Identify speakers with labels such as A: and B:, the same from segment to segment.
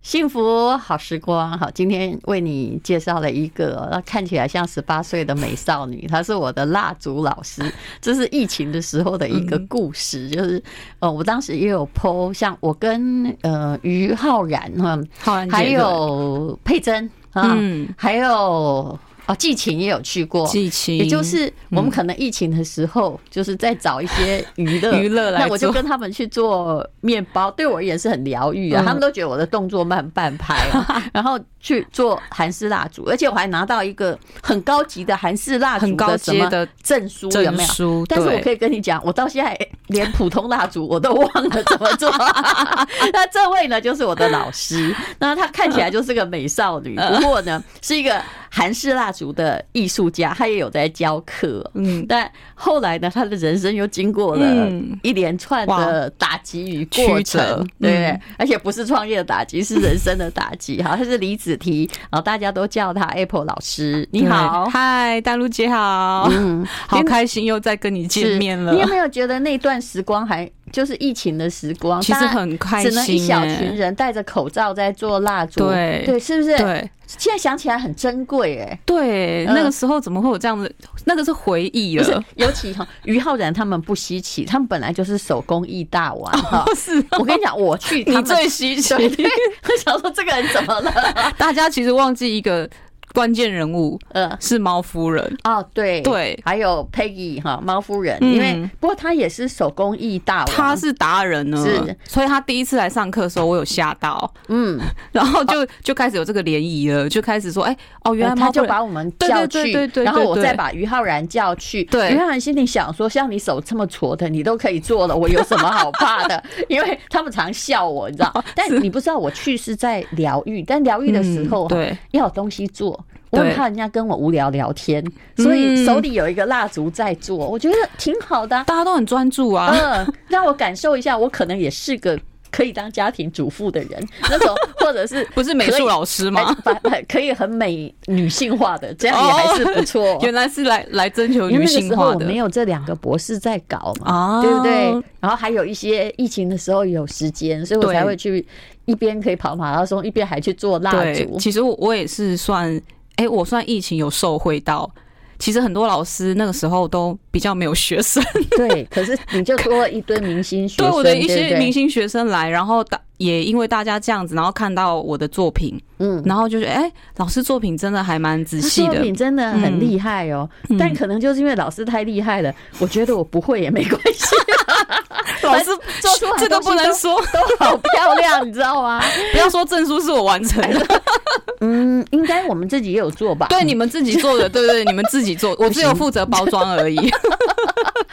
A: 幸福好时光，好，今天为你介绍了一个呃看起来像十八岁的美少女，她是我的蜡烛老师。这是疫情的时候的一个故
B: 嗯
A: 事，就是呃，我当时也有 PO，像我跟呃于浩然哈，
B: 浩然姐
A: 还有佩珍啊，
B: 嗯
A: 还有哦季晴也有去过，
B: 季晴
A: 也就是我们可能疫情的时候，就是在找一些娱乐
B: 娱乐来
A: 那我就
B: 做
A: 跟他们去做面包，对我而言是很疗愈啊。
B: 嗯
A: 他们都觉得我的动作慢半拍 啊，然后去做韩式蜡烛，而且我还拿到一个很高级的韩式蜡烛
B: 很高
A: 什
B: 阶
A: 么
B: 的
A: 证书，有
B: 证
A: 没有？
B: 书，
A: 但是我
B: 对
A: 可以跟你讲，我到现在连普通蜡烛我都忘了怎么 做。 那这位呢，就是我的老师，那她看起来就是个美少女，
B: 嗯
A: 不过呢，是一个韩式蜡烛的艺术家，她也有在教课。
B: 嗯，
A: 但后来呢，她的人生又经过了
B: 嗯
A: 一连串的打击与过
B: 曲折
A: 程，对不对
B: 嗯？
A: 而且不是创业的打击，是人生的打击。好，她是李子提，然后大家都叫她 Apple 老师。你好
B: 对，嗨，大陆姐好，
A: 嗯，
B: 好开心又再跟你见
A: 是
B: 面
A: 你有
B: 了，
A: 没有觉得那段时光还就是疫情的时光，
B: 其
A: 大
B: 实
A: 家
B: 很开
A: 只能一
B: 心
A: 小群
B: 哎，
A: 人戴着口罩在做蜡烛，
B: 对
A: 对，是不是？
B: 对
A: 现在想起来很珍贵 哎、
B: 对，
A: 嗯
B: 那个时候怎么会有这样的？那个是回忆
A: 不是
B: 了，，
A: 尤其哈，于浩然他们不稀奇，他们本来就是手工艺大王哈。
B: 是
A: 我跟你讲，我去他
B: 哦你
A: 们
B: 最稀奇，
A: 对对，我想说这个人怎么 了？
B: 大家其实忘记一个关键人物
A: 呃，
B: 是猫夫人，
A: 哦对
B: 对
A: 还有 Peggy 哈，猫夫人，
B: 嗯
A: 因为不过她也是手工艺大王，
B: 他是达人呢
A: 是，
B: 所以他第一次来上课的时候，我有吓到，
A: 嗯，
B: 然后就就开始有这个涟漪了，就开始说，哎，哦，原来
A: 呃他
B: 猫夫
A: 就
B: 人
A: 把我们
B: 对
A: 叫
B: 对
A: 去，
B: 对对对
A: 然后
B: 对
A: 我
B: 对
A: 再把于浩然叫去。
B: 对
A: 于浩然心里想说：像你手这么矬的，你都可以做了，我有什么好怕 的？因为他们常笑我，你知
B: 哦
A: 道。但你不知道我去是在疗愈，但疗愈的时候、啊
B: 嗯对，
A: 要有东西做。我很
B: 对
A: 怕人家跟我无聊聊天，所以
B: 嗯
A: 手里有一个蜡烛在做，我觉得挺好 的啊、
B: 大家都很专注啊，
A: 嗯，让我感受一下，我可能也是个可以当家庭主妇的人，那种或者是
B: 不是美
A: 可以
B: 术老师吗
A: 哎？把把可以很美女性化的，这样也还是不错。
B: 原来是来来征求
A: 因为那
B: 哦女
A: 个
B: 性
A: 时候
B: 化
A: 我
B: 的
A: 没有这两个博士在搞嘛，
B: 啊
A: 对不对？然后还有一些疫情的时候有时间，所以我
B: 对
A: 才会去一边可以跑马拉松，一边还去做蜡
B: 对，
A: 烛。
B: 其实我我也是算，哎、我算疫情有受惠到。其实很多老师那个时候都比较没有学生，
A: 对，可是你就多了一堆明星学
B: 对
A: 生，
B: 我的一
A: 对不
B: 些
A: 对
B: 明星学生来，然后大也因为大家这样子，然后看到我的作品，
A: 嗯。
B: 然后就觉得哎、诶老师作品真的还蛮仔
A: 他
B: 细
A: 作
B: 的，嗯
A: 品真的很厉害哦，但可能就是因为老师太厉害了，我觉得我不会也没关系，
B: 老师
A: 做出来的
B: 这个
A: 东西
B: 不能
A: 都
B: 说，
A: 都好漂亮，你知道吗？
B: 不要说证书是我完成的，
A: 嗯，应该我们自己也有做吧？
B: 对你们自己做的，对对，对你们自己 做，我只有负责包装而已。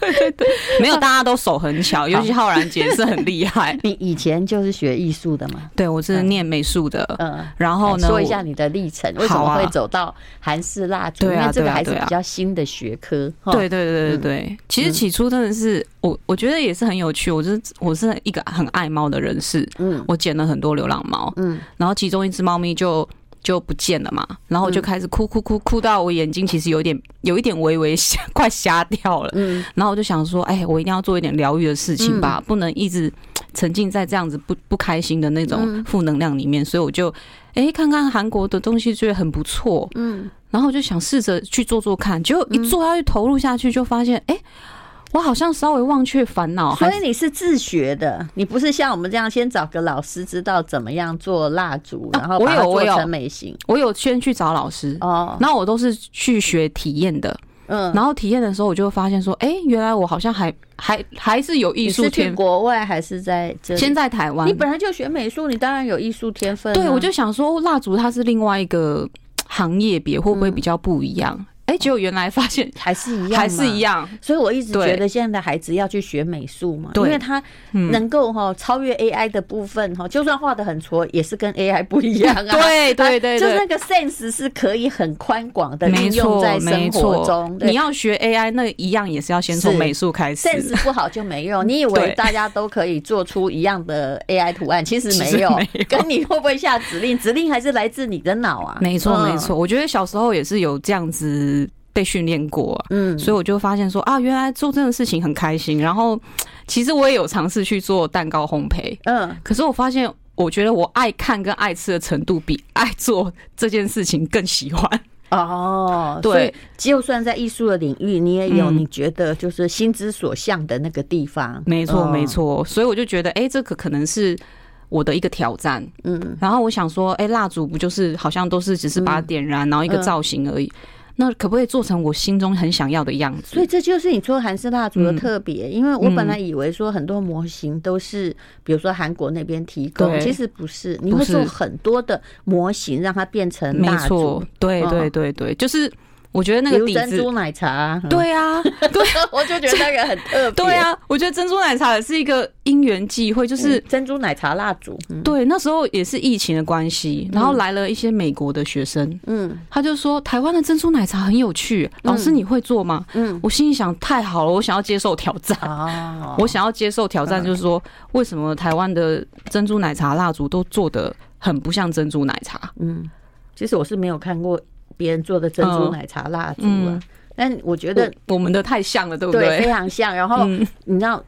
B: 对对对，没有，大家都手很巧，尤其浩然姐是很厉害。
A: 你以前就是学艺术的吗？
B: 对，我是念美术的，
A: 嗯，
B: 然后呢，
A: 说一下
B: 我，
A: 你的历程，为什
B: 好
A: 么
B: 啊
A: 会走到韩式蜡烛？
B: 对啊
A: 因为这个
B: 对啊
A: 还是
B: 对啊
A: 比较新的学科。哈
B: 对，对对对对，其实起初真的是我，我觉得也是很有趣。我是我是一个很爱猫的人士，
A: 嗯
B: 我捡了很多流浪猫，
A: 嗯，
B: 然后其中一只猫咪就就不见了嘛，然后我就开始哭哭哭哭到我眼睛其实有点有一点微微 瞎，快瞎掉了。
A: 嗯，
B: 然后我就想说，哎，我一定要做一点疗愈的事情吧，不能一直沉浸在这样子不不开心的那
A: 嗯
B: 种负能量里面，所以我就哎看看韩国的东西，觉得很不错，
A: 嗯，
B: 然后我就想试着去做做看，结果一做下去投入下去，就发现哎。我好像稍微忘却烦恼，
A: 所
B: 哦还
A: 以你是自学的，你不是像我们这样先找个老师知道怎么样做蜡烛，
B: 啊
A: 然后把它
B: 我有
A: 做
B: 我有
A: 成美型。
B: 我有先去找老师，
A: 哦，
B: 然后我都是去学体验的，
A: 嗯，
B: 然后体验的时候，我就会发现说，哎、原来我好像还还还是有艺
A: 你
B: 术
A: 是去
B: 天赋。
A: 国外还是在这里？
B: 先在台湾
A: 你，本来就学美术，你当然有艺术天分啊。
B: 对我就想说，蜡烛它是另外一个嘖行业别，会不会比较不一样？哎、结果原来发现
A: 还是嗯一样，
B: 还是一。样，
A: 所以我一直
B: 对
A: 觉得现在的孩子要去学美术嘛，因
B: 对
A: 为他
B: 嗯
A: 能够哈超越 AI 的部分哈，就算画的很挫，也是跟 AI 不一样啊。
B: 对对
A: 啊
B: 对
A: 就是那
B: 对。
A: 个 sense 是可以很宽广的
B: 没
A: 运用
B: 错
A: 在，
B: 没
A: 生活
B: 错
A: 中。，对
B: 你要学 AI 那一样也是要先从
A: 是
B: 美术开始，
A: sense 不好就没 用。你以为
B: 对
A: 大家都可以做出一样的 AI 图案，其实没
B: 其实
A: 有
B: 没有，
A: 跟你会不会下指令，指令还是来自你的脑啊。
B: 没错
A: 嗯
B: 没，错。我觉得小时候也是有这样子被训练过、啊，
A: 嗯，
B: 所以我就发现说啊，原来做这件事情很开心。然后其实我也有尝试去做蛋糕烘焙，
A: 嗯
B: 可是我发现我觉得我爱看跟爱吃的程度比爱做这件事情更喜欢。
A: 哦，
B: 对
A: 所以就算在艺术的领域，你也有
B: 嗯
A: 你觉得就是心之所向的那个地方。
B: 没错，
A: 嗯
B: 没，错。所以我就觉得，哎、这个可能是我的一个挑战。
A: 嗯，
B: 然后我想说，哎、蜡烛不就是好像都是只是把它点燃，然后一个
A: 嗯
B: 造型而已。那可不可以做成我心中很想要的样子？
A: 所以这就是你做韩式蜡烛的特别，因为我
B: 嗯
A: 本来以为说很多模型都是比如说韩国那边提供，
B: 对
A: 其实不是，你会
B: 是
A: 做很多的模型让它变成
B: 没
A: 蜡烛
B: 错，，对
A: 嗯
B: 对对对，就是我觉得那
A: 比
B: 个
A: 如
B: 底
A: 珍
B: 子
A: 珠，奶茶，嗯，
B: 对啊，对
A: 我就觉得那个很特别，
B: 对啊，我觉得珍珠奶茶也是一个因缘际会，就
A: 嗯，
B: 是
A: 珍珠奶茶蜡烛，嗯
B: 对那时候也是疫情的关系，然后来了一些美国的学生，
A: 嗯
B: 他就说台湾的珍珠奶茶很有趣，老师你会做吗？
A: 嗯，
B: 我心里想太好了，我想要接受挑战。
A: 哦，
B: 啊我想要接受挑战，就是说，为什么台湾的珍珠奶茶蜡烛都做的很不像珍珠奶茶？
A: 嗯，其实我是没有看过别人做的珍珠奶茶蜡烛啊，
B: 嗯
A: 但我觉得
B: 我我们的太像了，对不
A: 对非
B: 对？
A: 常像。然后
B: 嗯，
A: 你知道，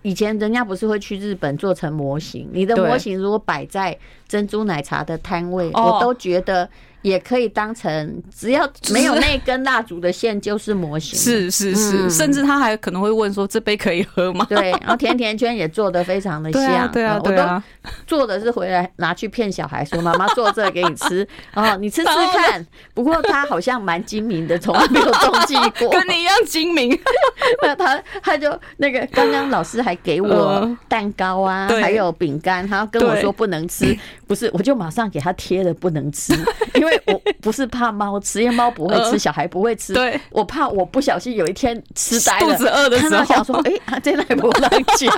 A: 以前人家不是会去日本做成模型？你的
B: 对
A: 模型如果摆在珍珠奶茶的摊位，
B: 哦
A: 我都觉得也可以当成，只要没有那根蜡烛的线就是模型。。
B: 是是是，
A: 嗯
B: 甚至他还可能会问说：“这杯可以喝吗
A: 对，然后甜甜圈也做的非常的？”像
B: 对，啊，对啊，
A: 嗯
B: 对啊，
A: 我都做的是回来拿去骗小孩说妈妈做这个给你吃，哦，你吃吃 看。不过他好像蛮精明的，从来没有中计过。
B: 跟你一样精明。
A: 那他他就那个刚刚老师还给我
B: 呃
A: 蛋糕啊，
B: 对
A: 还有饼干，他跟我
B: 对
A: 说不能吃， 不是，我就马上给他贴了不能 吃，因为我不是怕猫吃，因为猫不会吃，
B: 呃
A: 小孩不会吃，
B: 对，
A: 我怕我不小心有一天吃呆
B: 肚
A: 了。
B: 子饿的
A: 看
B: 时
A: 到想说，
B: 候，
A: 哎、啊这奶 不能夹，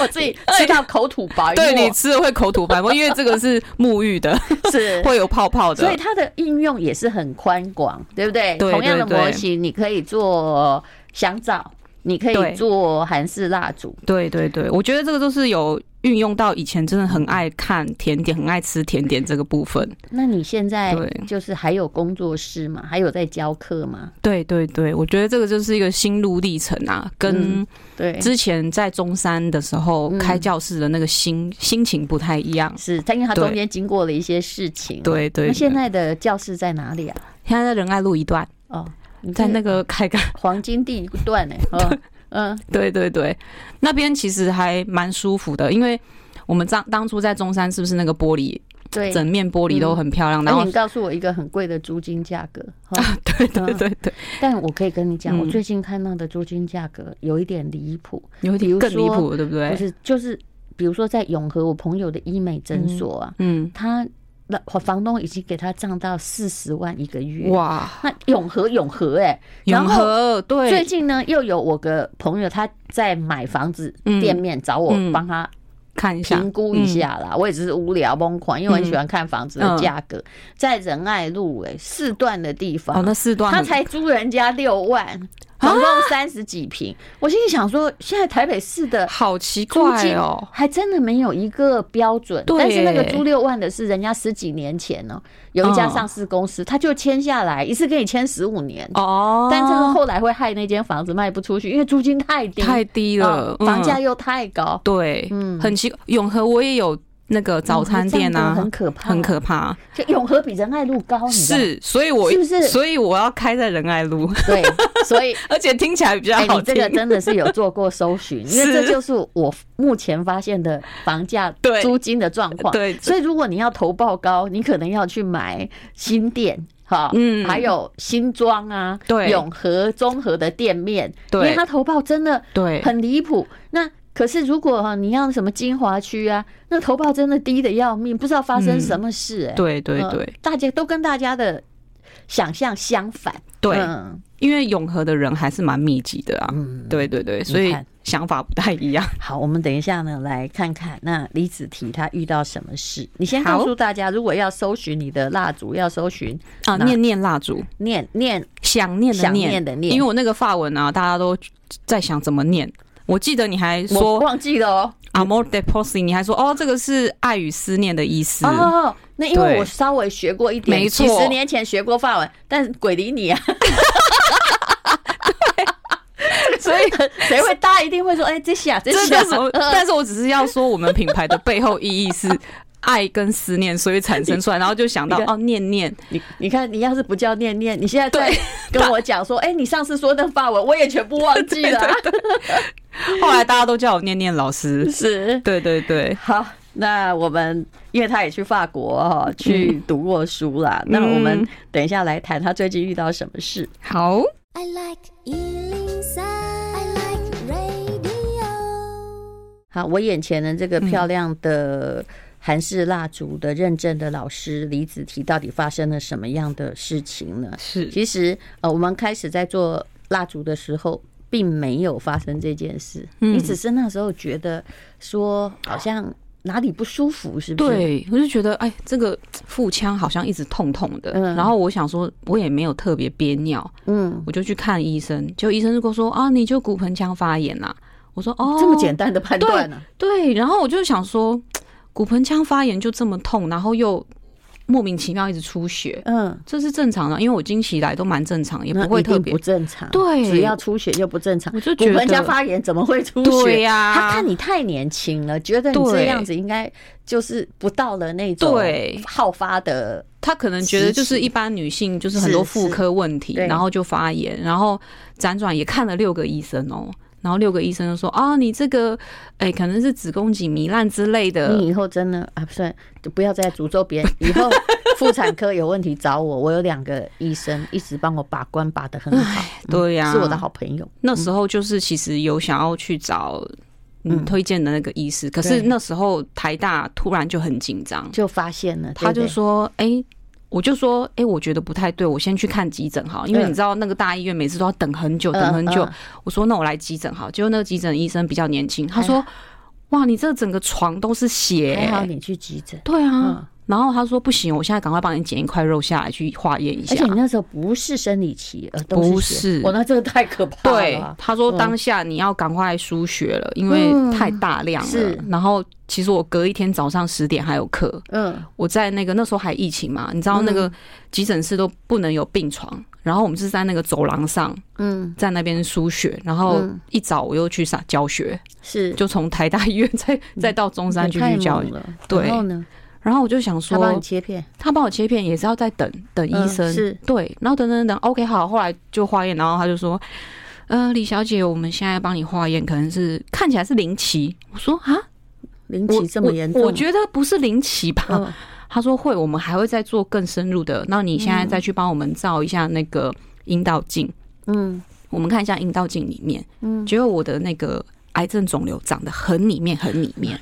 A: 我自己吃到口吐白沫，
B: 对你吃了会口吐白沫，因为这个是沐浴 的，
A: 是
B: 会有泡泡的。
A: 所以它的应用也是很宽广，对不对？
B: 对
A: 同样的
B: 对对
A: 模型，你可以做香皂，你可以
B: 对
A: 做韩式蜡烛，
B: 对对对，我觉得这个都是有运用到以前真的很爱看甜点、很爱吃甜点这个部分。
A: 那你现在
B: 对
A: 就是还有工作室嘛？还有在教课吗？
B: 对对对，我觉得这个就是一个心路历程啊，跟
A: 对，
B: 之前在中山的时候
A: 嗯
B: 开教室的那个心、心情不太一样。
A: 是他，因为他中
B: 对
A: 间经过了一些事情。，
B: 对对
A: 那
B: 对
A: 现在的教室在哪里啊？
B: 现在在仁爱路一段，
A: 哦，你
B: 在那个 开干，
A: 黄金地段 呢、欸？哦，嗯，
B: 对对对，那边其实还蛮舒服的，因为我们当当初在中山是不是那个玻璃，
A: 对。嗯
B: 整面玻璃都很漂亮，然
A: 那
B: 后
A: 你告诉我一个很贵的租金价格， 哦
B: 对对对对，
A: 但我可以跟你讲，
B: 嗯
A: 我最近看到的租金价格有一点离谱，
B: 有一
A: 比如
B: 点更离
A: 说
B: 谱，对不
A: 不
B: 对？
A: 是就是，比如说在永和，我朋友的医美诊所啊，
B: 嗯，
A: 他那房东已经给他涨到四十万一个月，
B: 哇，
A: 那永和永和哎、然
B: 永
A: 后
B: 和
A: 最
B: 对，
A: 近呢又有我个朋友他在买房子
B: 嗯
A: 店面找我
B: 嗯
A: 帮他
B: 看一下哦
A: 评，估一下啦，我也只是无聊崩狂，因为我很喜欢看房子的
B: 嗯
A: 价格，在仁爱路哎、四段的地
B: 哦，
A: 方，
B: 那四段
A: 他
B: 很啊
A: 才租人家六万，总共三十几平，我心里想说现在台北市的。
B: 好奇
A: 租
B: 怪
A: 金
B: 哦，
A: 还真的没有一个标准，
B: 对
A: 但是那个
B: 耶
A: 租六万的是人家十几年前呢、有一家
B: 嗯
A: 上市公司，他就签下来，一次给你签十五年，
B: 哦，
A: 但这个后来会害那间房子卖不出去，因为租金太低，
B: 太低了
A: 哦，房价
B: 嗯
A: 又太高，
B: 对，
A: 嗯
B: 很奇。永和我也有那个早餐店
A: 嗯这样子
B: 啊
A: 很，可怕，
B: 很可怕，
A: 就永和比仁爱路高，你知道吗，
B: 是，所以我
A: 是不是
B: 所以我要开在仁爱路，
A: 对，所 以。
B: 而且听起来比较
A: 哎、
B: 好
A: 你这个
B: 听。
A: 真的是有做过搜 寻，因为
B: 是
A: 这就是我目前发现的房价、
B: 对
A: 租金的状况。
B: 对
A: 所以如果你要投报高，你可能要去买新店。哈，
B: 嗯
A: 还有新庄啊，
B: 对
A: 永和、综合的店面，
B: 对
A: 因为它投报真的
B: 对，
A: 很离谱。那可是如果哈你要什么金华区啊，那投报真的低的要命，不知道发生什么事哎、
B: 对嗯对
A: 呃
B: 对，
A: 大家都跟大家的想象相反。
B: 对，
A: 嗯，
B: 因为永和的人还是蛮密集的啊，
A: 嗯
B: 对对对，所以
A: 看
B: 想法不太一样。
A: 好，我们等一下呢，来看看那李子提她遇到什么事。你先
B: 好
A: 告诉大家，如果要搜寻你的蜡烛，要搜寻
B: 啊，
A: 那
B: 念念蜡烛，
A: 念念
B: 想念的
A: 想念的念，
B: 因为我那个法文啊，大家都在想怎么念。我记得你还
A: 我
B: 说
A: 忘记了哦。
B: “amor de p o s i 你还说哦，这个是爱与思念的意思。
A: 哦，那因为
B: 对
A: 我稍微学过一点，
B: 没错
A: 几十年前学过法文，但是鬼理你啊！所以谁会大家一定会说，哎，这下这
B: 这
A: 下
B: 叫什么？但是我只是要说，我们品牌的背后意义是 爱跟思念，所以产生出来，然后就想到
A: 你看
B: 哦，念念，
A: 你你看，你要是不叫念念，你现在在跟我讲说，哎、你上次说那法文，我也全部忘记了啊。
B: 后来大家都叫我念念老师。
A: 是，
B: 对对对，
A: 好，那我们因为他也去法国哈、哦，去读过书啦。那我们
B: 嗯
A: 等一下来谈他最近遇到什么事。
B: 好，
C: I like Ealing Sound. I like radio.
A: 好，我眼前的这个
B: 嗯
A: 漂亮的韩式蜡烛的认证的老师李子提，到底发生了什么样的事情呢？
B: 是
A: 其实，呃，我们开始在做蜡烛的时候，并没有发生这件事。
B: 嗯
A: 你只是那时候觉得说，好像哪里不舒服，是不是？，
B: 对，我就觉得哎，这个腹腔好像一直痛痛的，
A: 嗯
B: 然后我想说，我也没有特别憋尿，
A: 嗯，
B: 我就去看医生，结果医生就跟我说啊，你就骨盆腔发炎啦、我说哦，
A: 这么简单的判断啊呢、
B: 对，然后我就想说，骨盆腔发炎就这么痛，然后又莫名其妙一直出血，
A: 嗯，
B: 这是正常的，因为我经期来都蛮正常，哦也
A: 那
B: 不会
A: 一定
B: 特别
A: 不。正常。
B: 对
A: 只要出血就不正常。
B: 我就
A: 骨
B: 觉
A: 盆腔
B: 得，
A: 发炎怎么会出血？
B: 对呀、
A: 他看你太年轻了，觉得你这
B: 对
A: 样子应该就是不到了那种
B: 对
A: 好发的，
B: 他可能觉得就
A: 时
B: 是
A: 期
B: 一般女性就是很多
A: 是
B: 妇科问题，
A: 是对
B: 然后就发炎，然后辗转也看了六个医生哦，然后六个医生就说啊，你这个哎、可能是子宫颈糜烂之类的
A: 你，以后真的啊，不是，就不要再诅咒别人。以后妇产科有问题找我，我有两个医生一直帮我把关，把的很好，
B: 对呀、
A: 是我的好嗯朋友。
B: 那时候就是其实有想要去找你
A: 嗯
B: 推荐的那个医师，可
A: 对
B: 是那时候台大突然就很紧张，
A: 就发现了，
B: 他
A: 对
B: 就
A: 不对，
B: 说：“哎、我就说，哎、我觉得不太对，我先去看急诊好，因为
A: 嗯
B: 你知道那个大医院每次都要等很久，等很久。
A: 嗯哎
B: 我说：“那我来急诊好。”结果那个急诊医生比较年轻，他说：“哇，你这整个床都是血、
A: 还好你去急诊，
B: 对啊。
A: 嗯
B: 然后他说：“不行，我现在赶快帮你剪一块肉下来去化验一
A: 而
B: 下。
A: 且”你那时候不是生理期，而都
B: 不
A: 是
B: 是
A: 血，我那这个太可怕了
B: 对
A: 啊。，
B: 他说
A: 嗯
B: 当下你要赶快输血了，因为
A: 嗯
B: 太大量了
A: 是。
B: 然后其实我隔一天早上十点还有课，
A: 嗯，
B: 我在那个那时候还疫情嘛，你知道那个急诊室都不能有病床，然后我们是在那个走廊上，
A: 嗯，
B: 在那边输血，然后
A: 嗯
B: 一早我又去上教学，
A: 是
B: 就从台大医院再 再到中山
A: 你嗯
B: 区
A: 太
B: 去教
A: 猛
B: 学，
A: 了。
B: 对
A: 然后呢，
B: 然后我就想
A: 他帮你
B: 说，
A: 切片，
B: 他帮我切片也是要再等等医
A: 嗯
B: 生，
A: 是
B: 对，然后等等等，OK 好，后来就化验，然后他就说。呃，李小姐，我们现在帮你化验，可能是看起来是零期。我说啊，
A: 零
B: 我
A: 期这么严重，
B: 我，我觉得不是零期吧。
A: 嗯
B: 他说会，我们还会再做更深入的。那你现在再去帮我们照一下那个阴道镜，
A: 嗯
B: 我们看一下阴道镜里面。
A: 嗯，
B: 结果我的那个癌症肿瘤长得很里面，很里面。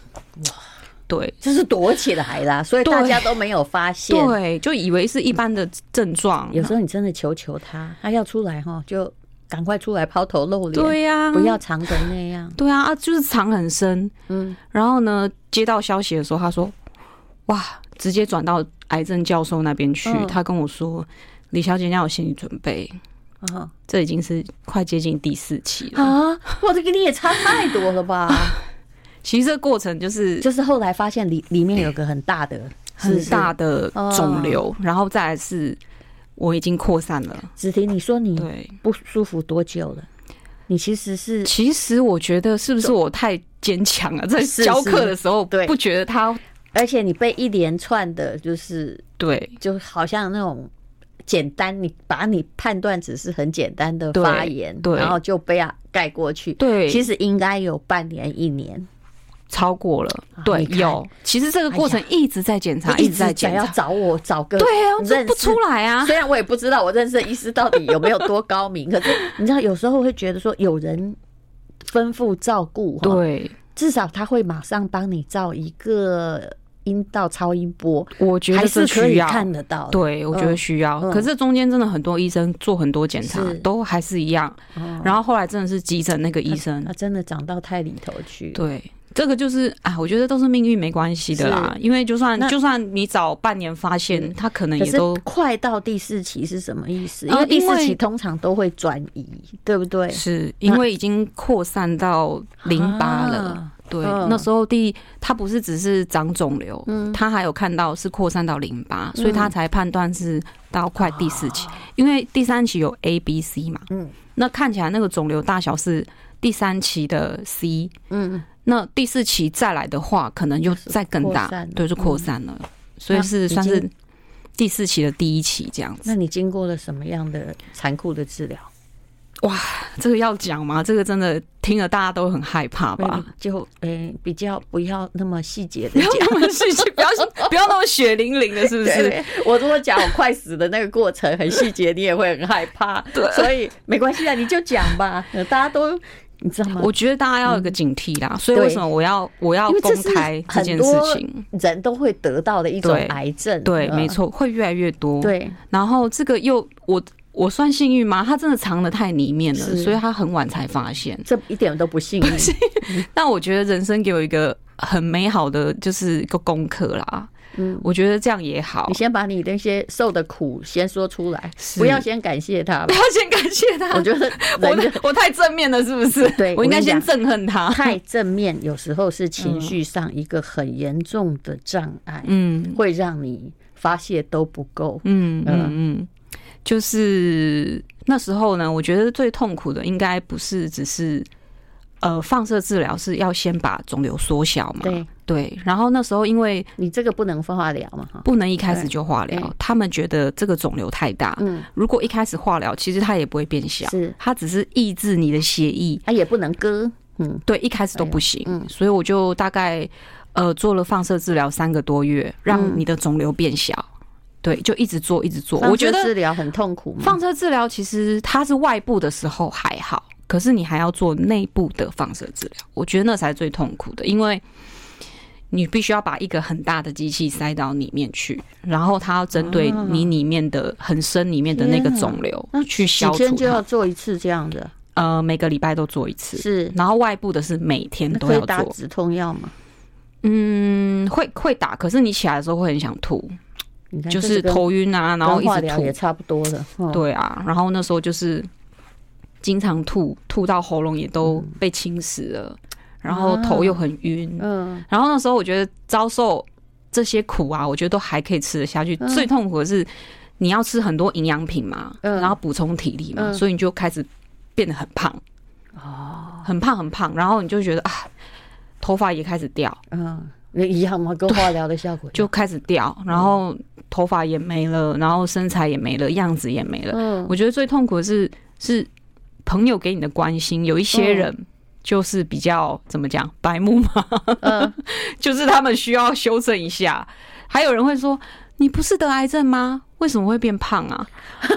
B: 对
A: 就是躲起来啦，所以大家都没有发现。
B: 对，就以为是一般的症状。啊
A: 有时候你真的求求他，他要出来哈，就赶快出来抛头露脸，
B: 对呀、
A: 不要藏成那样。
B: 对啊啊，就是藏很深。
A: 嗯，
B: 然后呢，接到消息的时候，他说：“哇，直接转到癌症教授那边去。
A: 嗯
B: 他跟我说：“李小姐，你要有心理准备，
A: 啊
B: 这已经是快接近第四期了。
A: 啊！哇，这个你也差太多了吧？
B: 其实这过程就是
A: 就是后来发现里里面有个很大的，是不
B: 很
A: 是嗯
B: 大。的肿瘤，然后再来是我已经扩散了。
A: 子婷，你说你
B: 对，
A: 不舒服多久了？你其实是
B: 其实我觉得是不是我太坚强了？在
A: 是
B: 教课的时候，
A: 对
B: 不觉得他
A: 而且你被一连串的，就是
B: 对
A: 就好像那种简单，你把你判断只是很简单的
B: 对
A: 发言，
B: 对
A: 然后就被啊盖过去。
B: 对，
A: 其实应该有半年一年，
B: 超过了
A: 啊。
B: 对，
A: 你看哎
B: 有。其实这个过程一直在检查，
A: 你
B: 直在
A: 讲
B: 检
A: 要
B: 查。
A: 找我找个
B: 对啊，这
A: 认
B: 不
A: 识
B: 出。来啊。
A: 虽然我也不知道我认识的医师到底有没有多高明，可是你知道有时候会觉得说有人吩咐照顾，哈，
B: 对，
A: 至少他会马上帮你照一个阴道超音波，
B: 我觉
A: 还
B: 得
A: 是
B: 这
A: 可
B: 需
A: 以
B: 要。
A: 看得到。，
B: 对，我觉得需要。
A: 嗯
B: 可是中间真的很多医生做很多检查
A: 是，
B: 都还是一样。
A: 哦
B: 然后后来真的是急诊那个医生
A: 他，真的长到太里头去。，
B: 对，这个就是啊，我觉得都是命运没关系的啦，因为就算
A: 那嗯
B: 就算你早半年发现，他可能
A: 可
B: 也
A: 是
B: 都
A: 快到第四期是什么意思？哦因
B: 呃
A: 为第四
B: 因为
A: 期通常都会转移，对不对？
B: 是因为已经扩散到淋巴了。
A: 啊
B: 对，
A: 嗯
B: 那时候第他不是只是长肿瘤，
A: 嗯
B: 他还有看到是扩散到淋巴，所以他才判断是到快第四期，因为第三期有 A、B、C 嘛，
A: 啊嗯
B: 那看起来那个肿瘤大小是第三期的 C，
A: 嗯，
B: 那第四期再来的话，可能又再更
A: 扩
B: 大
A: 散了，嗯
B: 对，就扩散了，所以
A: 那
B: 是
A: 已
B: 算是
A: 经
B: 第四期的第一期这样子。
A: 那你经过了什么样的残酷的治疗？
B: 这个要讲吗？这个真的听了大家都很害怕吧？
A: 就诶、比较不要那么细节 的
B: 不要
A: 讲。
B: 那么细节，不要不要那么血淋淋的，是不
A: 对
B: 是？
A: 对我如果讲我快死的那个过程很细节，你也会很害怕。对，所以没关系啊，你就讲吧，呃大家都你知道吗？嗯
B: 我觉得大家要有个警惕啦，所以为什么我要我要
A: 因为这
B: 公
A: 是
B: 开这
A: 很
B: 件事
A: 多
B: 情？
A: 人都会得到的一种
B: 对
A: 癌症。
B: 对，
A: 呃
B: 没。错，会越来越多。，
A: 对，
B: 然后这个又我我算幸运吗？它真的藏的太里面了，
A: 是
B: 所以它很晚才发现。
A: 这一点都不幸运。
B: 但我觉得人生给我一个很美好的就是一个功课啦，
A: 嗯，
B: 我觉得这样也好
A: 你。先把你那些受的苦先说出来，
B: 是
A: 不要先感谢他
B: 不
A: 吧。
B: 要先感谢他，
A: 我觉得
B: 我
A: 人
B: 我太正面了，是不是？
A: 对
B: 我应该
A: 我跟
B: 先
A: 你
B: 憎 恨他。
A: 太正面，有时候是情绪上一个很严重的障碍，
B: 嗯
A: 会让你发泄都不够。
B: 嗯嗯嗯，就是那时候呢，我觉得最痛苦的应该不是只是呃放射治疗，是要先把肿瘤缩小嘛。
A: 对
B: 对，然后那时候因为
A: 你这个不能化疗嘛，哈，
B: 不能一开始就化
A: 对
B: 疗，他们觉得这个肿瘤太大，
A: 嗯，
B: 如果一开始化疗，其实它也不会变小，
A: 是，
B: 它只是抑制你的血液。
A: 啊，也不能割，嗯，
B: 对，一开始都不行，
A: 哎呦嗯
B: 所以我就大概呃做了放射治疗三个多月，让你的肿瘤变小。对，就一直做，一直做。我觉
A: 嗯放射
B: 得
A: 治疗很痛苦嘛，
B: 放射治疗其实它是外部的时候还好，可是你还要做内部的放射治疗，我觉得那才是最痛苦的，因为你必须要把一个很大的机器塞到里面去，然后它要针对
A: 啊
B: 你里面的很深里面的那个
A: 天啊
B: 肿瘤
A: 那
B: 去
A: 几
B: 消除
A: 天就要
B: 它。
A: 做一次这样的，
B: 呃，每个礼拜都做一次，
A: 是，
B: 然后外部的是每天
A: 那
B: 都
A: 可
B: 要
A: 以打
B: 做。
A: 止痛药嘛？
B: 嗯，会会打，可是你起来的时候会很想吐，
A: 你看，
B: 就是
A: 跟
B: 头晕啊，然后
A: 跟
B: 一
A: 化
B: 直
A: 疗也
B: 吐，
A: 差不多了，哦，
B: 对啊，然后那时候就是经常吐，吐到喉咙也都被侵蚀了，然后
A: 啊
B: 头又很晕，
A: 嗯，
B: 然后那时候我觉得遭受这些苦啊，我觉得都还可以吃得下去，
A: 嗯
B: 最痛苦的是你要吃很多营养品嘛，
A: 嗯
B: 然后补充体力嘛，
A: 嗯
B: 所以你就开始变得很胖，哦，很胖很胖，然后你就觉得啊，头发也开始掉。
A: 嗯，那一样吗？跟化疗的效果一样
B: 就开始掉，然后头发也没了，然后身材也没了，样子也没了。
A: 嗯，
B: 我觉得最痛苦的是是朋友给你的关心，有一些人。就是比较怎么讲白目嘛，
A: 嗯
B: 就是他们需要修正一下。还有人会说：“你不是得癌症吗？为什么会变胖啊？”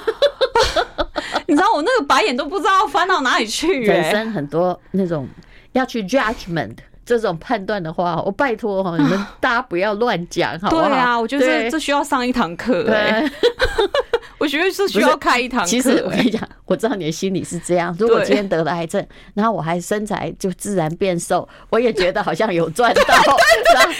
B: 你知道我那个白眼都不知道翻到哪里去、欸，
A: 人生很多那种要去 judgment 这种判断的话，我哦拜托哈，你们大家不要乱讲，好不
B: 对
A: 好？
B: 啊，我觉得这
A: 对
B: 这需要上一堂课、欸，
A: 对，
B: 我觉得这需
A: 不是
B: 要开一堂课、欸。
A: 其实我跟你讲，我知道你的心里是这样。如果今天得了癌症，然后我还身材就自然变瘦，我也觉得好像有赚 到。然后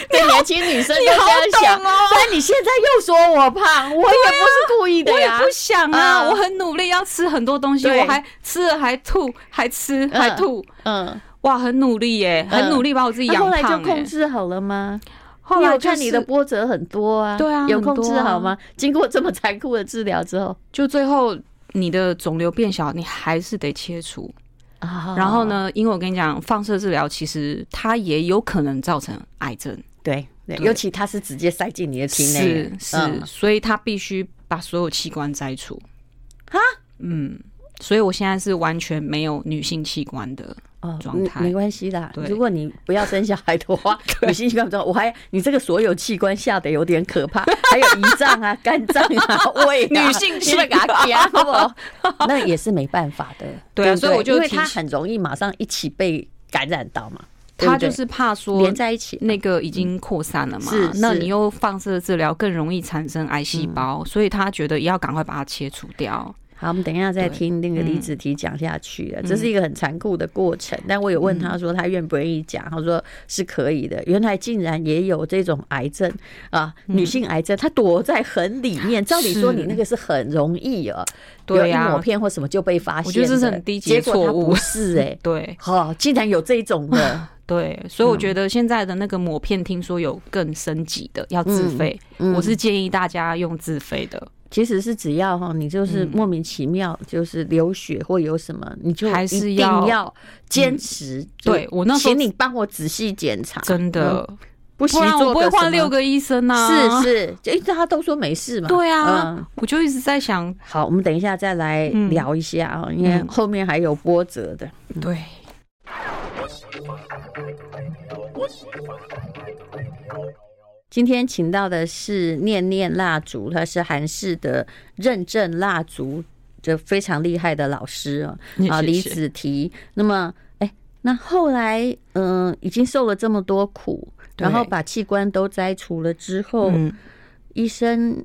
A: 对年轻女生就
B: 你好
A: 这样想
B: 懂哦，
A: 但你现在又说我胖，我也不是故意的
B: 我也
A: 呀
B: 不。想啊，
A: 嗯
B: 我很努力要吃很多东西，
A: 对
B: 我还吃了还吐，还吃还吐，
A: 嗯，
B: 哇，很努力耶，
A: 嗯
B: 很努力把我自己
A: 那
B: 养
A: 后来就
B: 胖欸
A: 控
B: 耶。
A: 制好了吗？
B: 后
A: 你
B: 来
A: 有
B: 就
A: 看你的
B: 是，
A: 波折很多啊，
B: 对啊
A: 有
B: 很多
A: 控制好
B: 啊
A: 吗？经过这么残酷的治疗之后
B: 就最后你的肿瘤变小，你还是得切除。
A: 啊
B: 然后？呢，因为我跟你讲，放射治疗其实它也有可能造成癌症，
A: 对，对
B: 对
A: 尤其它是直接塞进你的体内
B: 是，是，
A: 嗯
B: 所以它必须把所有器官摘除。嗯，所以我现在是完全没有女性器官的。
A: 哦
B: 状
A: 嗯
B: 态
A: 没关系啦
B: 对。
A: 如果你不要生小孩的 话，女性器官不重我还你这个所有器官下的有点可怕，还有胰脏啊、肝脏啊、 胃啊，
B: 女性器
A: 你会给它夹 不？那也是没办法 的。
B: 对啊
A: 不
B: 所以我就
A: 因为
B: 提
A: 它
B: 起
A: 很容易马上一起被感染到嘛，对不
B: 他
A: 对
B: 就是怕说
A: 连在一起。
B: 那个已经扩散了嘛，
A: 嗯是
B: 那
A: 是嗯
B: 你又放射治疗更容易产生癌细胞，所以他觉得也要赶快把它切除掉。
A: 好，我们等一下再
B: 对
A: 听那个李
B: 嗯
A: 子提讲下去、啊，这是一个很残酷的过程。但我有
B: 嗯
A: 问他说他愿不愿意讲，他说是可以的。原来竟然也有这种癌症啊，女性癌症，她躲在很里面。照理说
B: 嗯是
A: 你那个是很容易哦，
B: 对啊
A: 有
B: 呀
A: 一抹片或什么就被发现的，
B: 我觉得这是很低级
A: 结
B: 的
A: 果她
B: 错误
A: 不是哎、
B: 对
A: 哦，竟然有这种 的，
B: 对，所以我
A: 嗯
B: 觉得现在的那个抹片，听说有更升级的，要自费。
A: 嗯
B: 我是建议大家用自费的，
A: 其实是只要哈，你就是
B: 嗯
A: 莫名其妙就是流血或有什么，你就
B: 还
A: 一
B: 是
A: 定
B: 要嗯
A: 要坚持。就
B: 对我那时候
A: 请你帮我仔细检查，
B: 真的
A: 嗯，，不行
B: 不然我不会换六
A: 个
B: 个医生
A: 什
B: 呐、
A: 么。是是，就大家都说没事嘛。
B: 对啊，
A: 嗯
B: 我就一直在想，
A: 好，我们等一下再来
B: 嗯
A: 聊一下啊，因为
B: 嗯
A: 后面还有波折的。
B: 对，
A: 今天请到的是念念蜡烛，她是韩式的认证蜡烛，这非常厉害的老师啊。 啊，
B: 谢
A: 李
B: 谢
A: 子提。那么，哎、那后来，嗯、已经受了这么多苦，
B: 对
A: 然后把器官都摘除了之后，
B: 嗯，
A: 医生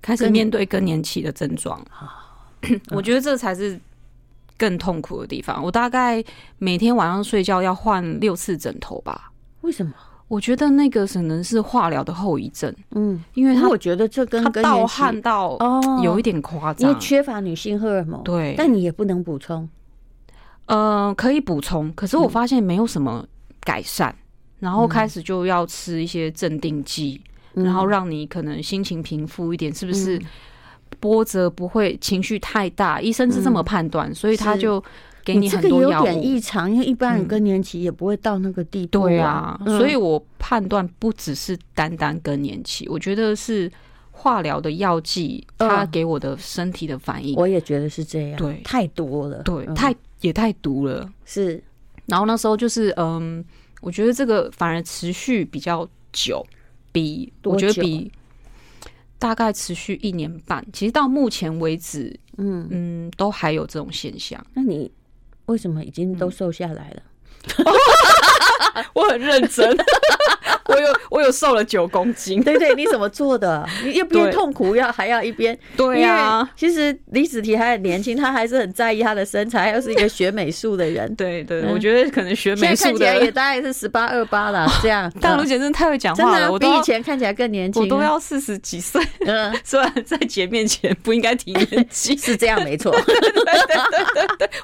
B: 开始
A: 更
B: 面对更年期的症状，
A: 啊
B: 我觉得这才是更痛苦的地方。我大概每天晚上睡觉要换六次枕头吧，
A: 为什么？
B: 我觉得那个可能是化疗的后遗症，
A: 嗯，
B: 因为
A: 因为
B: 他
A: 我觉得这跟
B: 他
A: 跟
B: 盗
A: 年纪
B: 汗到
A: 哦
B: 有一点夸
A: 因
B: 张
A: 为，缺乏女性荷尔蒙，
B: 对，
A: 但你也不能补充，
B: 呃，可以补充，可是
A: 嗯
B: 我发现没有什么改善，然后开始就要吃一些镇定剂，
A: 嗯
B: 然后让你可能心情平复一点，是不是
A: 嗯
B: 波折不会情绪太大？医生是这么判断，所以
A: 嗯
B: 他
A: 是
B: 就给你
A: 这
B: 很
A: 个
B: 多
A: 有
B: 药
A: 点
B: 物。
A: 异常，因为一般人
B: 嗯
A: 更年期也不会到那个地步、
B: 对啊，所以
A: 嗯
B: 我判断不只是单单更年期，我觉得是化疗的药剂，它
A: 嗯
B: 给我的身体的反应，
A: 我也觉得是这样，
B: 对
A: 太多了，
B: 对，
A: 嗯
B: 太也太毒了。
A: 是
B: 然后那时候就是，嗯，我觉得这个反而持续比较久，比
A: 多
B: 我觉得
A: 久啊
B: 比大概持续一年半，其实到目前为止，
A: 嗯，
B: 嗯，都还有这种现象。
A: 那你为什么已经都瘦下来了？
B: 我很认真， 我有我有瘦了九公 斤，
A: 对对，你怎么做 的？你一边
B: 对
A: 痛苦要还要一边，
B: 对
A: 因为
B: 啊，，
A: 其实李子缇还很年轻，她还是很在意她的身材，又是一个学美术的人
B: 对对，
A: 嗯
B: 我觉得可能学
A: 现
B: 美
A: 在看
B: 术
A: 起来
B: 的
A: 也，大概是十八二八 啦，这样。
B: 大陆
A: 嗯
B: 先生太会讲
A: 真
B: 话
A: 的
B: 了，
A: 啊
B: 我
A: 比
B: 都
A: 以前看起来更年轻，
B: 我都要四十几岁，
A: 嗯，
B: 虽然在姐面前不应该提年纪，
A: 是这样没 错。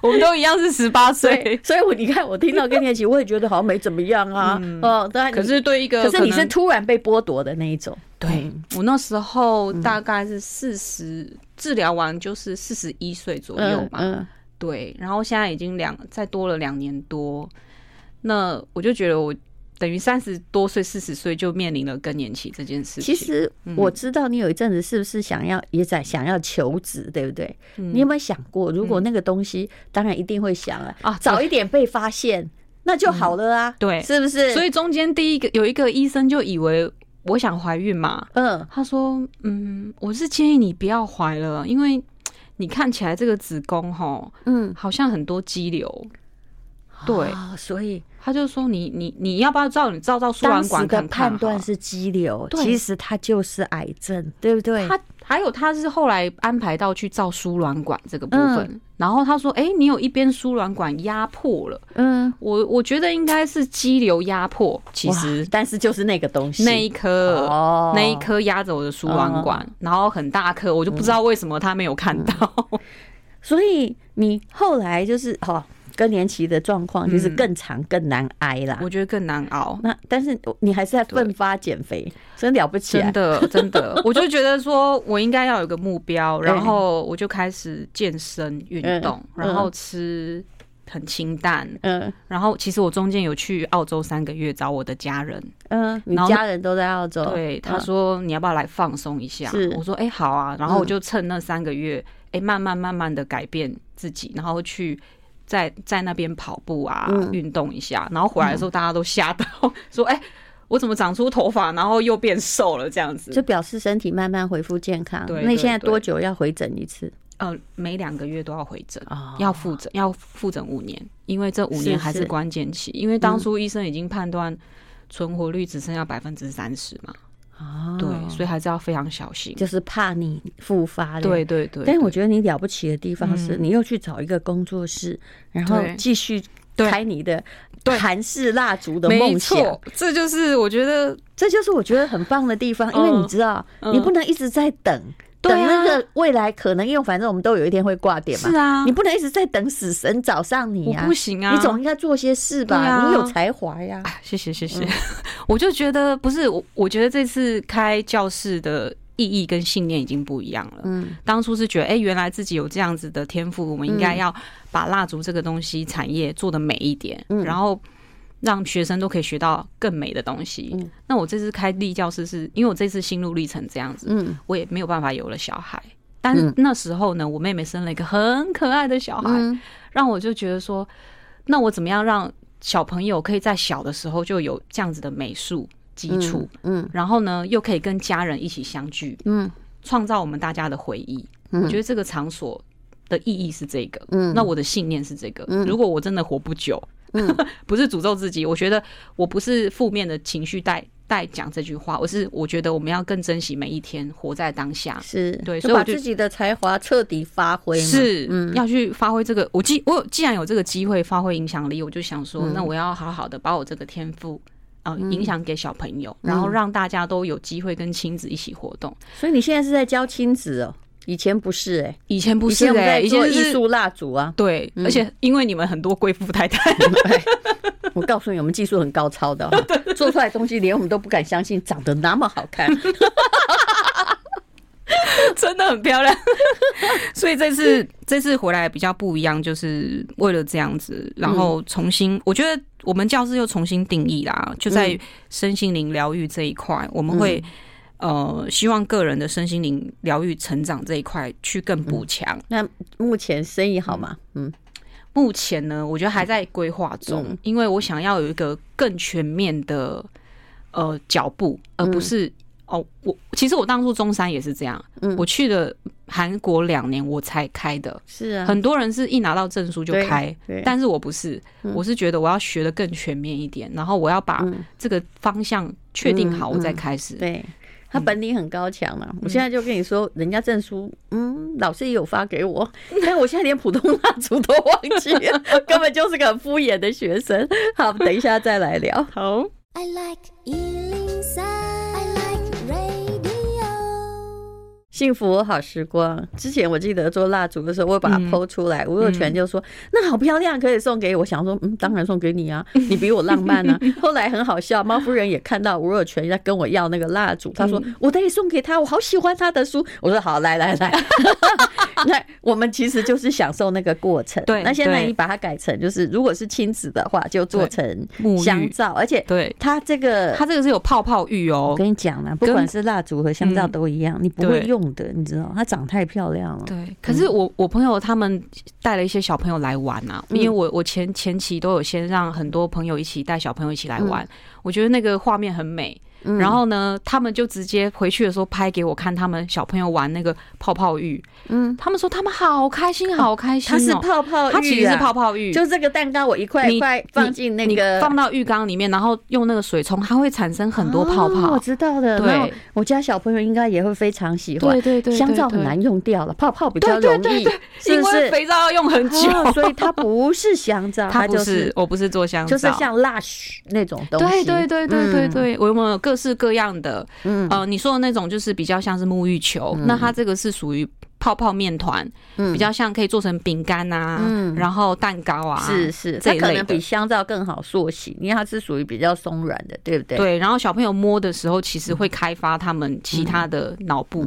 B: 我们都一样是十八岁
A: 对，，所以我你看我听到更年期，我也觉得好像没怎么样啊。哦，当然你
B: 嗯可是对一个
A: 可是你
B: 能
A: 是嗯突然被剥夺的那一种，
B: 对我那时候
A: 嗯
B: 大概是四十、治疗完就是四十一岁左右
A: 嗯
B: 嘛，
A: 嗯，
B: 对，然后现在已经两再多了两年多，那我就觉得我等于三十多岁、四十岁就面临了更年期这件事
A: 其
B: 情。嗯
A: 实我知道你有一阵子是不是想要也在想要求职，对不对？
B: 嗯
A: 你有没有想过，如果那个东西，当然一定会想啊，
B: 啊嗯
A: 早一点被发现，那就好了啊，
B: 对
A: 是不是？
B: 所
A: 以，
B: 以中间第一个有一个医生就以为我想怀孕嘛，
A: 嗯，
B: 他说：“嗯，我是建议你不要怀了，因为你看起来这个子宫吼
A: 嗯，
B: 好像很多肌瘤。”对，
A: 啊所以
B: 他就说你你你要不要照你照照输
A: 当
B: 卵
A: 时
B: 管看
A: 的
B: 看
A: 判
B: 好
A: 断
B: 了
A: 是肌瘤，
B: 对
A: 其实它就是癌症，对不对？
B: 他还有他是后来安排到去照输卵管这个部分，
A: 嗯
B: 然后他说哎、诶你有一边输卵管压迫了，
A: 嗯，
B: 我我觉得应该是肌瘤压迫，其
A: 哇
B: 实
A: 但是就是那个东西，
B: 那一颗。
A: 哦嗯
B: 那一颗压着我的输卵管，然后很大颗，我就不知道为什么他没有看到。
A: 所以你后来就是哈、哦，更年期的状况就是
B: 嗯
A: 更长更难挨啦。
B: 我觉得更难熬，
A: 那但是你还是在奋发减肥，真了不 起、啊
B: 真。的真的，我就觉得说我应该要有个目标，
A: 对
B: 然后我就开始健身运动，
A: 嗯
B: 然后吃很清淡，
A: 嗯
B: 然后其实我中间有去澳洲三个月找我的家人，
A: 嗯，你
B: 然后
A: 家人都在澳洲，
B: 对他
A: 嗯
B: 说你要不要来放松一下
A: 是？
B: 我说哎、好啊，然后我
A: 嗯
B: 就趁那三个月，哎、慢慢慢慢的改变自己，然后去。在在那边跑步啊
A: 嗯，
B: 运、动一下，然后回来的时候大家都吓到，说：“哎、我怎么长出头发，然后又变瘦了？”这样子，
A: 就表示身体慢慢恢复健康。
B: 对
A: 那你现在
B: 对对
A: 多久要回诊一次？
B: 呃，每两个月都要回诊，
A: 哦
B: 要复诊，要复诊五年，因为这五
A: 是嗯
B: 年还是
A: 是
B: 关键期，
A: 哦
B: 因为当初医生已经判断存活率只剩下百分之三十嘛，对，所以还是要非常小心。
A: 就是怕你复发的。
B: 对对对，嗯
A: 但是我
B: 对
A: 觉得你了不起的地方是，你又去找一个工作室，然后
B: 对
A: 继续
B: 对
A: 开你的
B: 对
A: 韩式蜡烛的
B: 没
A: 梦想
B: 错。，这就是我觉得
A: 这就是我觉得很棒的地方，因为
B: 嗯
A: 你知道，
B: 嗯
A: 你不能一直在等。
B: 对
A: 等
B: 啊
A: 那个未来可能，因为反正我们都有一天会挂点嘛
B: 是，啊
A: 你，不能一直在等死神找上你
B: 我
A: 呀、
B: 不行啊，
A: 你总应该做些事吧？
B: 对啊
A: 你有才华呀、
B: 啊，谢谢谢
A: 嗯
B: 谢。 我就觉得不是我，我觉得这次开教室的意义跟信念已经不一样了。
A: 嗯，
B: 当初是觉得，哎、原来自己有这样子的天赋，我们应该
A: 嗯
B: 要把蜡烛这个东西产业做得美一点，
A: 嗯
B: 然后让学生都可以学到更美的东西。
A: 嗯
B: 那我这次开立教室是，因为我这次心路历程这样子，
A: 嗯
B: 我也没有办法有了小孩。但是
A: 嗯
B: 那时候呢，我妹妹生了一个很可爱的小孩，
A: 嗯
B: 让我就觉得说，那我怎么样让小朋友可以在小的时候就有这样子的美术基础，
A: 嗯
B: 然后呢又可以跟家人一起相聚，
A: 嗯
B: 创造我们大家的回忆。
A: 嗯
B: 我觉得这个场所的意义是这个。
A: 嗯
B: 那我的信念是这个，
A: 嗯
B: 如果我真的活不久，
A: 嗯
B: 不是诅咒自己，我觉得我不是负面的情绪带带讲这句话，我是我觉得我们要更珍惜每一天，活在当下。
A: 是，
B: 对所以
A: 就
B: 我
A: 把
B: 就
A: 自己的才华彻底发挥嘛。
B: 是、
A: 嗯
B: 要去发挥这个。我既我有既然有这个机会发挥影响力，我就想说，
A: 嗯
B: 那我要好好的把我这个天赋。呃，
A: 嗯
B: 影响给小朋友，
A: 嗯
B: 然后让大家都有机会跟亲子一起活动。
A: 所以你现在是在教亲子哦，以前不是哎、
B: 以前不
A: 以
B: 是
A: 前我们
B: 哎、
A: 在
B: 以前
A: 做
B: 就
A: 艺
B: 是
A: 术蜡烛啊。
B: 对，
A: 嗯
B: 而且因为你们很多贵妇太太，
A: 我告诉你，我们技术很高超的、 哦，做出来的东西连我们都不敢相信，长得那么好看。
B: 真的很漂亮。所以这次这次回来比较不一样，就是为了这样子，然后重新，我觉得我们教室又重新定义啦，就在
A: 嗯
B: 身心灵疗愈这一块，我们会。呃，希望个人的身心灵疗愈、成长这一块去更补强。
A: 那目前生意好吗？嗯
B: 目前呢，我觉得还在规划中，
A: 嗯
B: 因为我想要有一个更全面的呃脚步，而不是、哦，我其实我当初中山也是这样，
A: 嗯
B: 我去了韩国两年我才开的，
A: 是啊，
B: 很多人是一拿到证书就
A: 对
B: 开
A: 对，
B: 但是我不是，我是觉得我要学的更全面一点，然后我要把
A: 嗯
B: 这个方向确定好，
A: 嗯
B: 我再开始。
A: 对。他本领很高强嘛、我现在就跟你说，人家证书，嗯，老师也有发给我，但我现在连普通蜡烛都忘记了， 根本就是个很敷衍的学生。好，等一下再来聊。
B: 好，
C: I like Ealing Sound. I like radio.
A: 幸福好时光。之前我记得做蜡烛的时候，我会把它
B: 嗯
A: 剖出来。吴若权就说：“那好漂亮，可以送给我。”想说：“嗯，当然送给你 啊，你比我浪漫啊。”后来很好笑，猫夫人也看到吴若权在跟我要那个蜡
B: 嗯
A: 烛，她说：“我得送给他，我好喜欢他的书。” 我说：“好，来 来来。”那我们其实就是享受那个过程。
B: 对
A: 那现在
B: 对
A: 你把它改成，就是如果是亲子的话，就做成
B: 沐浴
A: 香皂，而且
B: 对，
A: 它这个
B: 它这个是有泡泡浴
A: 我
B: 哦。
A: 跟你讲啦，不
B: 跟
A: 管是蜡烛和香皂
B: 嗯
A: 都一样，你不会
B: 对
A: 用的，你知道？它长太漂亮了。
B: 对，可是我我朋友他们带了一些小朋友来玩啊，
A: 嗯
B: 因为我我前前期都有先让很多朋友一起带小朋友一起来玩，我觉得那个画面很美。
A: 嗯
B: 然后呢，他们就直接回去的时候拍给我看，他们小朋友玩那个泡泡浴，
A: 嗯，
B: 他们说他们好开心，好开心、
A: 它
B: 哦。
A: 是泡泡浴、啊，
B: 它其实是泡，泡浴，
A: 就这个蛋糕，我一块一块放进那
B: 你
A: 个
B: 放到浴缸里面，然后用那个水冲，它会产生很多泡
A: 哦
B: 泡。
A: 我知道的。
B: 对
A: 那我家小朋友应该也会非常喜欢
B: 对。对对，
A: 香皂很
B: 对，
A: 难用掉了，泡泡比较
B: 对
A: 容
B: 对
A: 易
B: 对对，，
A: 是
B: 因
A: 不
B: 为
A: 是？
B: 肥皂要用很久，
A: 哦所以它不是香皂，
B: 它不，
A: 就是
B: 我不是做香
A: 就
B: 皂，
A: 是像 Lush 那种东
B: 对
A: 西。
B: 对对对对
A: 嗯，
B: 对，我有没有各式各样的？
A: 嗯
B: 呃，你说的那种就是比较像是沐浴球，那它这个是属于泡泡面团，
A: 嗯
B: 比较像可以做成饼干啊，
A: 嗯
B: 然后蛋糕啊，
A: 是是，它
B: 这一
A: 可
B: 类
A: 能
B: 的
A: 比。香皂更好塑形，因为它是属于比较松软的，对不对？
B: 对，然后小朋友摸的时候，其实会开发他们其他的
A: 嗯
B: 脑部。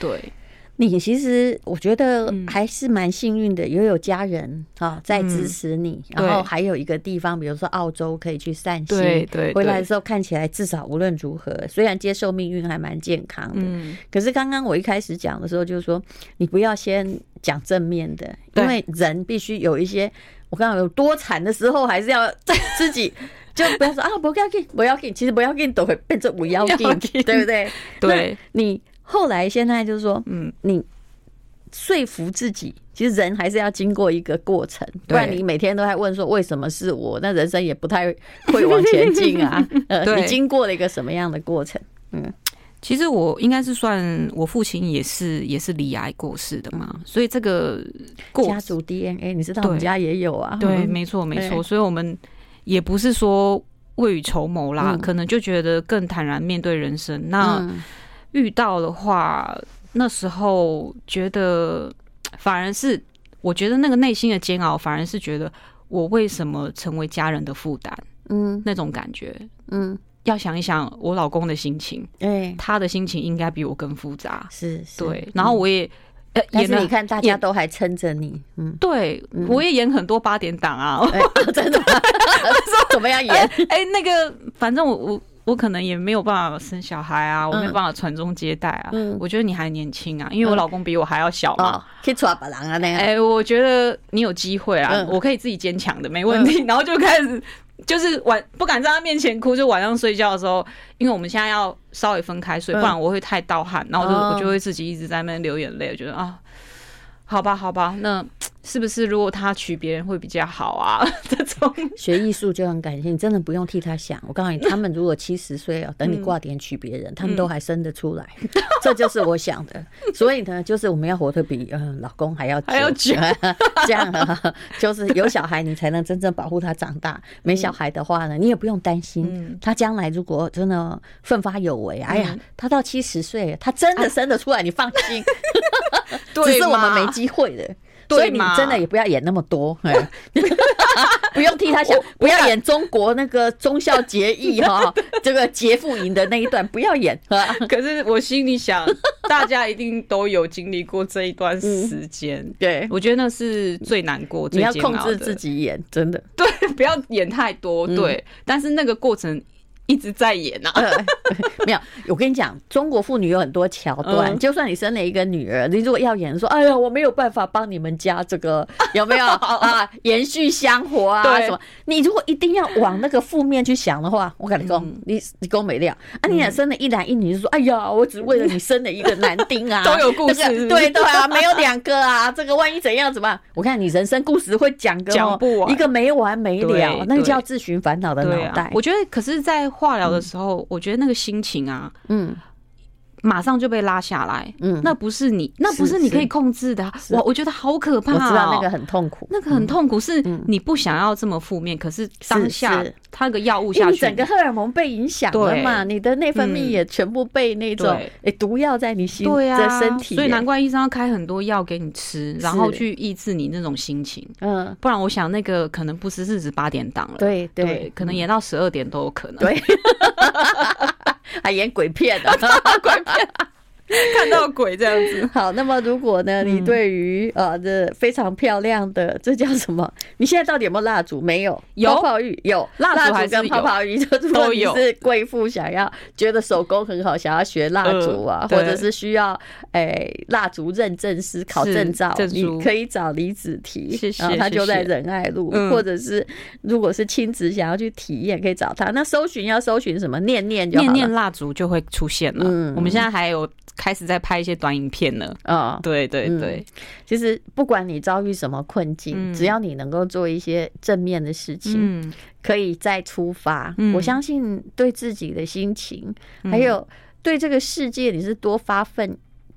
B: 对，
A: 你其实我觉得
B: 嗯
A: 还是蛮幸运的，也有家人啊在支持你，
B: 对
A: 然后还有一个地方，比如说澳洲可以去散心。
B: 对对
A: 回来的
B: 对
A: 时候看起来至少无论如何，虽然接受命运还蛮健康的，
B: 嗯，
A: 可是刚刚我一开始讲的时候，就是说你不要先讲正面的，因
B: 对
A: 为人必须有一些，我刚刚有多惨的时候，还是要自己就不要说啊，不要紧，不要紧，其实不要紧都会变成不要紧
B: 不要，紧
A: 对不对？
B: 对，
A: 那你后来现在就是说，
B: 嗯，
A: 你说服自己，其实人还是要经过一个过程，不然
B: 对
A: 你每天都在问说为什么是我，那人生 也不太会往前进啊。呃，
B: 对
A: 你经过了一个什么样的过程？
B: 其实我应该是算我父亲也是也是离癌过世的嘛，所以这个过
A: 家族 DNA，你知道我们
B: 对
A: 家也有啊。
B: 对，
A: 嗯
B: 没错没
A: 对
B: 错，所以我们也不是说未雨绸缪啦，
A: 嗯
B: 可能就觉得更坦然面对人生。那、
A: 嗯
B: 遇到的话，那时候觉得反而是我觉得那个内心的煎熬，反而是觉得我为什么成为家人的负担
A: 嗯
B: 那种感觉。
A: 嗯，
B: 要想一想我老公的心情，
A: 哎，
B: 他的心情应该比我更复杂。
A: 是，是嗯
B: 对，然后我也、呃
A: 但
B: 演
A: 是
B: 了
A: 你，看，大家都还撑着你，嗯，
B: 对、
A: 嗯
B: 我也演很多八点档啊。
A: 哎， 真的吗，怎么样 演？
B: 哎、那个反正我我。我可能也没有办法生小孩啊，我没有
A: 嗯
B: 办法传宗接代啊。
A: 嗯
B: 我觉得你还年轻啊，因为
A: 嗯
B: 我老公比我还要小嘛。
A: 哦，去抓把狼啊那样，
B: 哎、我觉得你有机会啊，
A: 嗯
B: 我可以自己坚强的，没问题。然后就开始，就是晚不敢在他面前哭，就晚上睡觉的时候，因为我们现在要稍微分开睡，
A: 嗯
B: 不然我会太盗汗，然后我就、
A: 哦
B: 我就会自己一直在那边流眼泪，我觉得啊，好吧，好吧，那是不是如果他娶别人会比较好啊？ 这种
A: 学艺术就很感谢，你真的不用替他想。我告诉你，他们如果七十岁哦，
B: 嗯
A: 等你挂点娶别人，他们都还生得出 来，这就是我想的。所以呢，就是我们要活得比嗯老公还要久
B: 还要久
A: 这样啊，就是有小孩你才能真正保护他长大。没小孩的话呢，你也不用担心
B: 嗯
A: 他将来如果真的奋发有为，哎呀
B: 嗯，啊
A: 他到七十岁，他真的生得出来，你放心。
B: 对
A: 只是我们
B: 嘛
A: 没机会的。
B: 对
A: 所以你
B: 嘛
A: 真的也不要演那么 多，嘿 不用替他想，不要演中国那个忠孝节义 哈，这个劫富营的那一段不要演，啊
B: 可是我心里想，大家一定都有经历过这一段时间。
A: 对，
B: 我觉得那是最难过、
A: 嗯你
B: 最
A: 要
B: 煎熬
A: 控
B: 的。
A: 制自己演，真的。
B: 不要演太多，
A: 嗯
B: 对。但是那个过程一直在演 啊，
A: 呃，没有，我跟你讲，中国妇女有很多桥段，
B: 嗯
A: 就算你生了一个女儿，你如果要演说，哎呀，我没有办法帮你们家这 个有没有啊，延续香火啊
B: 对
A: 什么，你如果一定要往那个负面去想的话，我跟你讲，
B: 嗯
A: 你你跟我没料啊，你俩生了一男一女，就说，哎呀，我只为了你生了一个男丁啊，
B: 都有故事
A: 这个
B: 是不是
A: 对对啊，没有两个啊，这个万一怎样怎么办？我看你人生故事会讲个
B: 讲
A: 哦
B: 不完
A: 一个没完没了
B: 对，
A: 那个
B: 对
A: 叫自寻烦恼的
B: 对
A: 脑
B: 啊
A: 袋。。
B: 我觉得，可是，在化疗的时候，我觉得那个心情啊，
A: 嗯
B: 马上就被拉下来。
A: 嗯
B: 那不是你，那不
A: 是
B: 是你可以
A: 是
B: 控制的啊。
A: 是
B: 我我觉得好可怕、
A: 我
B: 哦，
A: 知道那个很痛苦，
B: 那个很痛苦，是
A: 嗯
B: 你不想要这么负面，可是当下
A: 是
B: 他那个药物
A: 因
B: 下
A: 为
B: 去
A: 你，整个荷尔蒙被影响了嘛，你的内分泌也全部被那种
B: 嗯对
A: 诶毒药在你心
B: 对
A: 的
B: 啊，
A: 身体，
B: 所以
A: 诶
B: 难怪医生要开很多药给你吃，然后
A: 是
B: 去抑制你那种心情。
A: 嗯，
B: 不然，我想那个可能不是日子八点档了，
A: 对
B: 对
A: 对，，
B: 可能演到十二点都有可能。
A: 对，还演鬼片啊的。
B: 鬼片， 看到鬼这样 子。
A: 好，那么如果
B: 嗯
A: 呢，你对于呃这非常漂亮的这叫什么？ 你现在到底有没有蜡烛？没有，
B: 有
A: 泡泡浴有
B: 蜡烛还
A: 烛
B: 是
A: 跟泡泡浴，就如果
B: 都
A: 你
B: 有
A: 是贵妇，想要觉得手工很好，想要学蜡烛啊
B: 嗯，
A: 或
B: 对
A: 者是需要哎蜡烛认证师考
B: 是
A: 证照，
B: 证
A: 你
B: 书
A: 可以找李子提，
B: 谢谢
A: 然后他
B: 谢
A: 就在
B: 谢
A: 仁爱路，
B: 嗯
A: 或者是如果是亲子想要去体验，可以找他。那搜寻要搜寻什么？念念就好
B: 念
A: 了
B: 念蜡烛就会出现了。
A: 嗯
B: 我们现在还有开始在拍一些短影片呢。
A: 啊。
B: 对对
A: 嗯
B: 对，
A: 其实不管你遭遇什么困境，
B: 嗯
A: 只要你能够做一些正面的事情，
B: 嗯，
A: 可以再出发。
B: 嗯
A: 我相信对自己的心情，还有对这个世界，你是多发奋。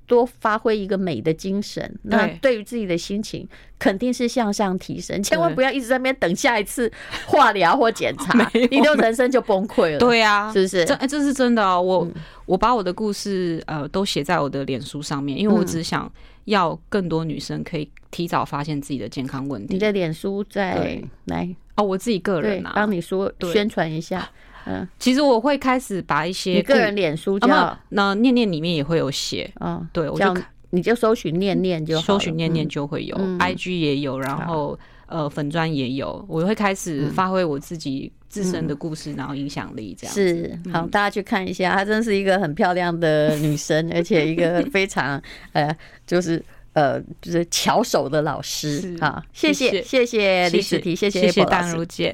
A: 多发挥一个美的精神，那对于自己的心情肯定是向上提升。千万不要一直在那边等下一次化疗或检查
B: 没有，
A: 你的人生就崩溃了。，
B: 对啊，
A: 是不是嗯
B: 这哎这是真的哦。我我把我的故事呃都写在我的脸书上面，因为我
A: 嗯
B: 只想要更多女生可以提早发现自己的健康问
A: 你
B: 题。
A: 的脸书在
B: 对
A: 来
B: 哦，我自己个
A: 对
B: 人啊
A: 帮，你说
B: 对
A: 宣传一下，嗯，
B: 其实我会开始把一些
A: 你个
B: 故
A: 人脸书叫
B: 啊没有那念念里面也会有写。
A: 啊，
B: 对，我
A: 叫
B: 就看嗯
A: 你就搜寻念念就好
B: 搜
A: 了
B: 寻念念就会有、
A: 嗯
B: i g 也有，然后呃粉砖也有，我会开
A: 嗯
B: 始发挥我自己自身的故事，然后影响力这样。
A: 是好，
B: 嗯
A: 大家去看一下，她真是一个很漂亮的女生，而且一 个非常呃，就是呃，就是巧手的老师
B: 是
A: 啊，谢谢
B: 谢
A: 谢谢
B: 谢
A: 李
B: 谢
A: 子提，谢
B: 谢
A: 谢
B: 谢
A: Apple 老
B: 淡
A: 师
B: 如姐。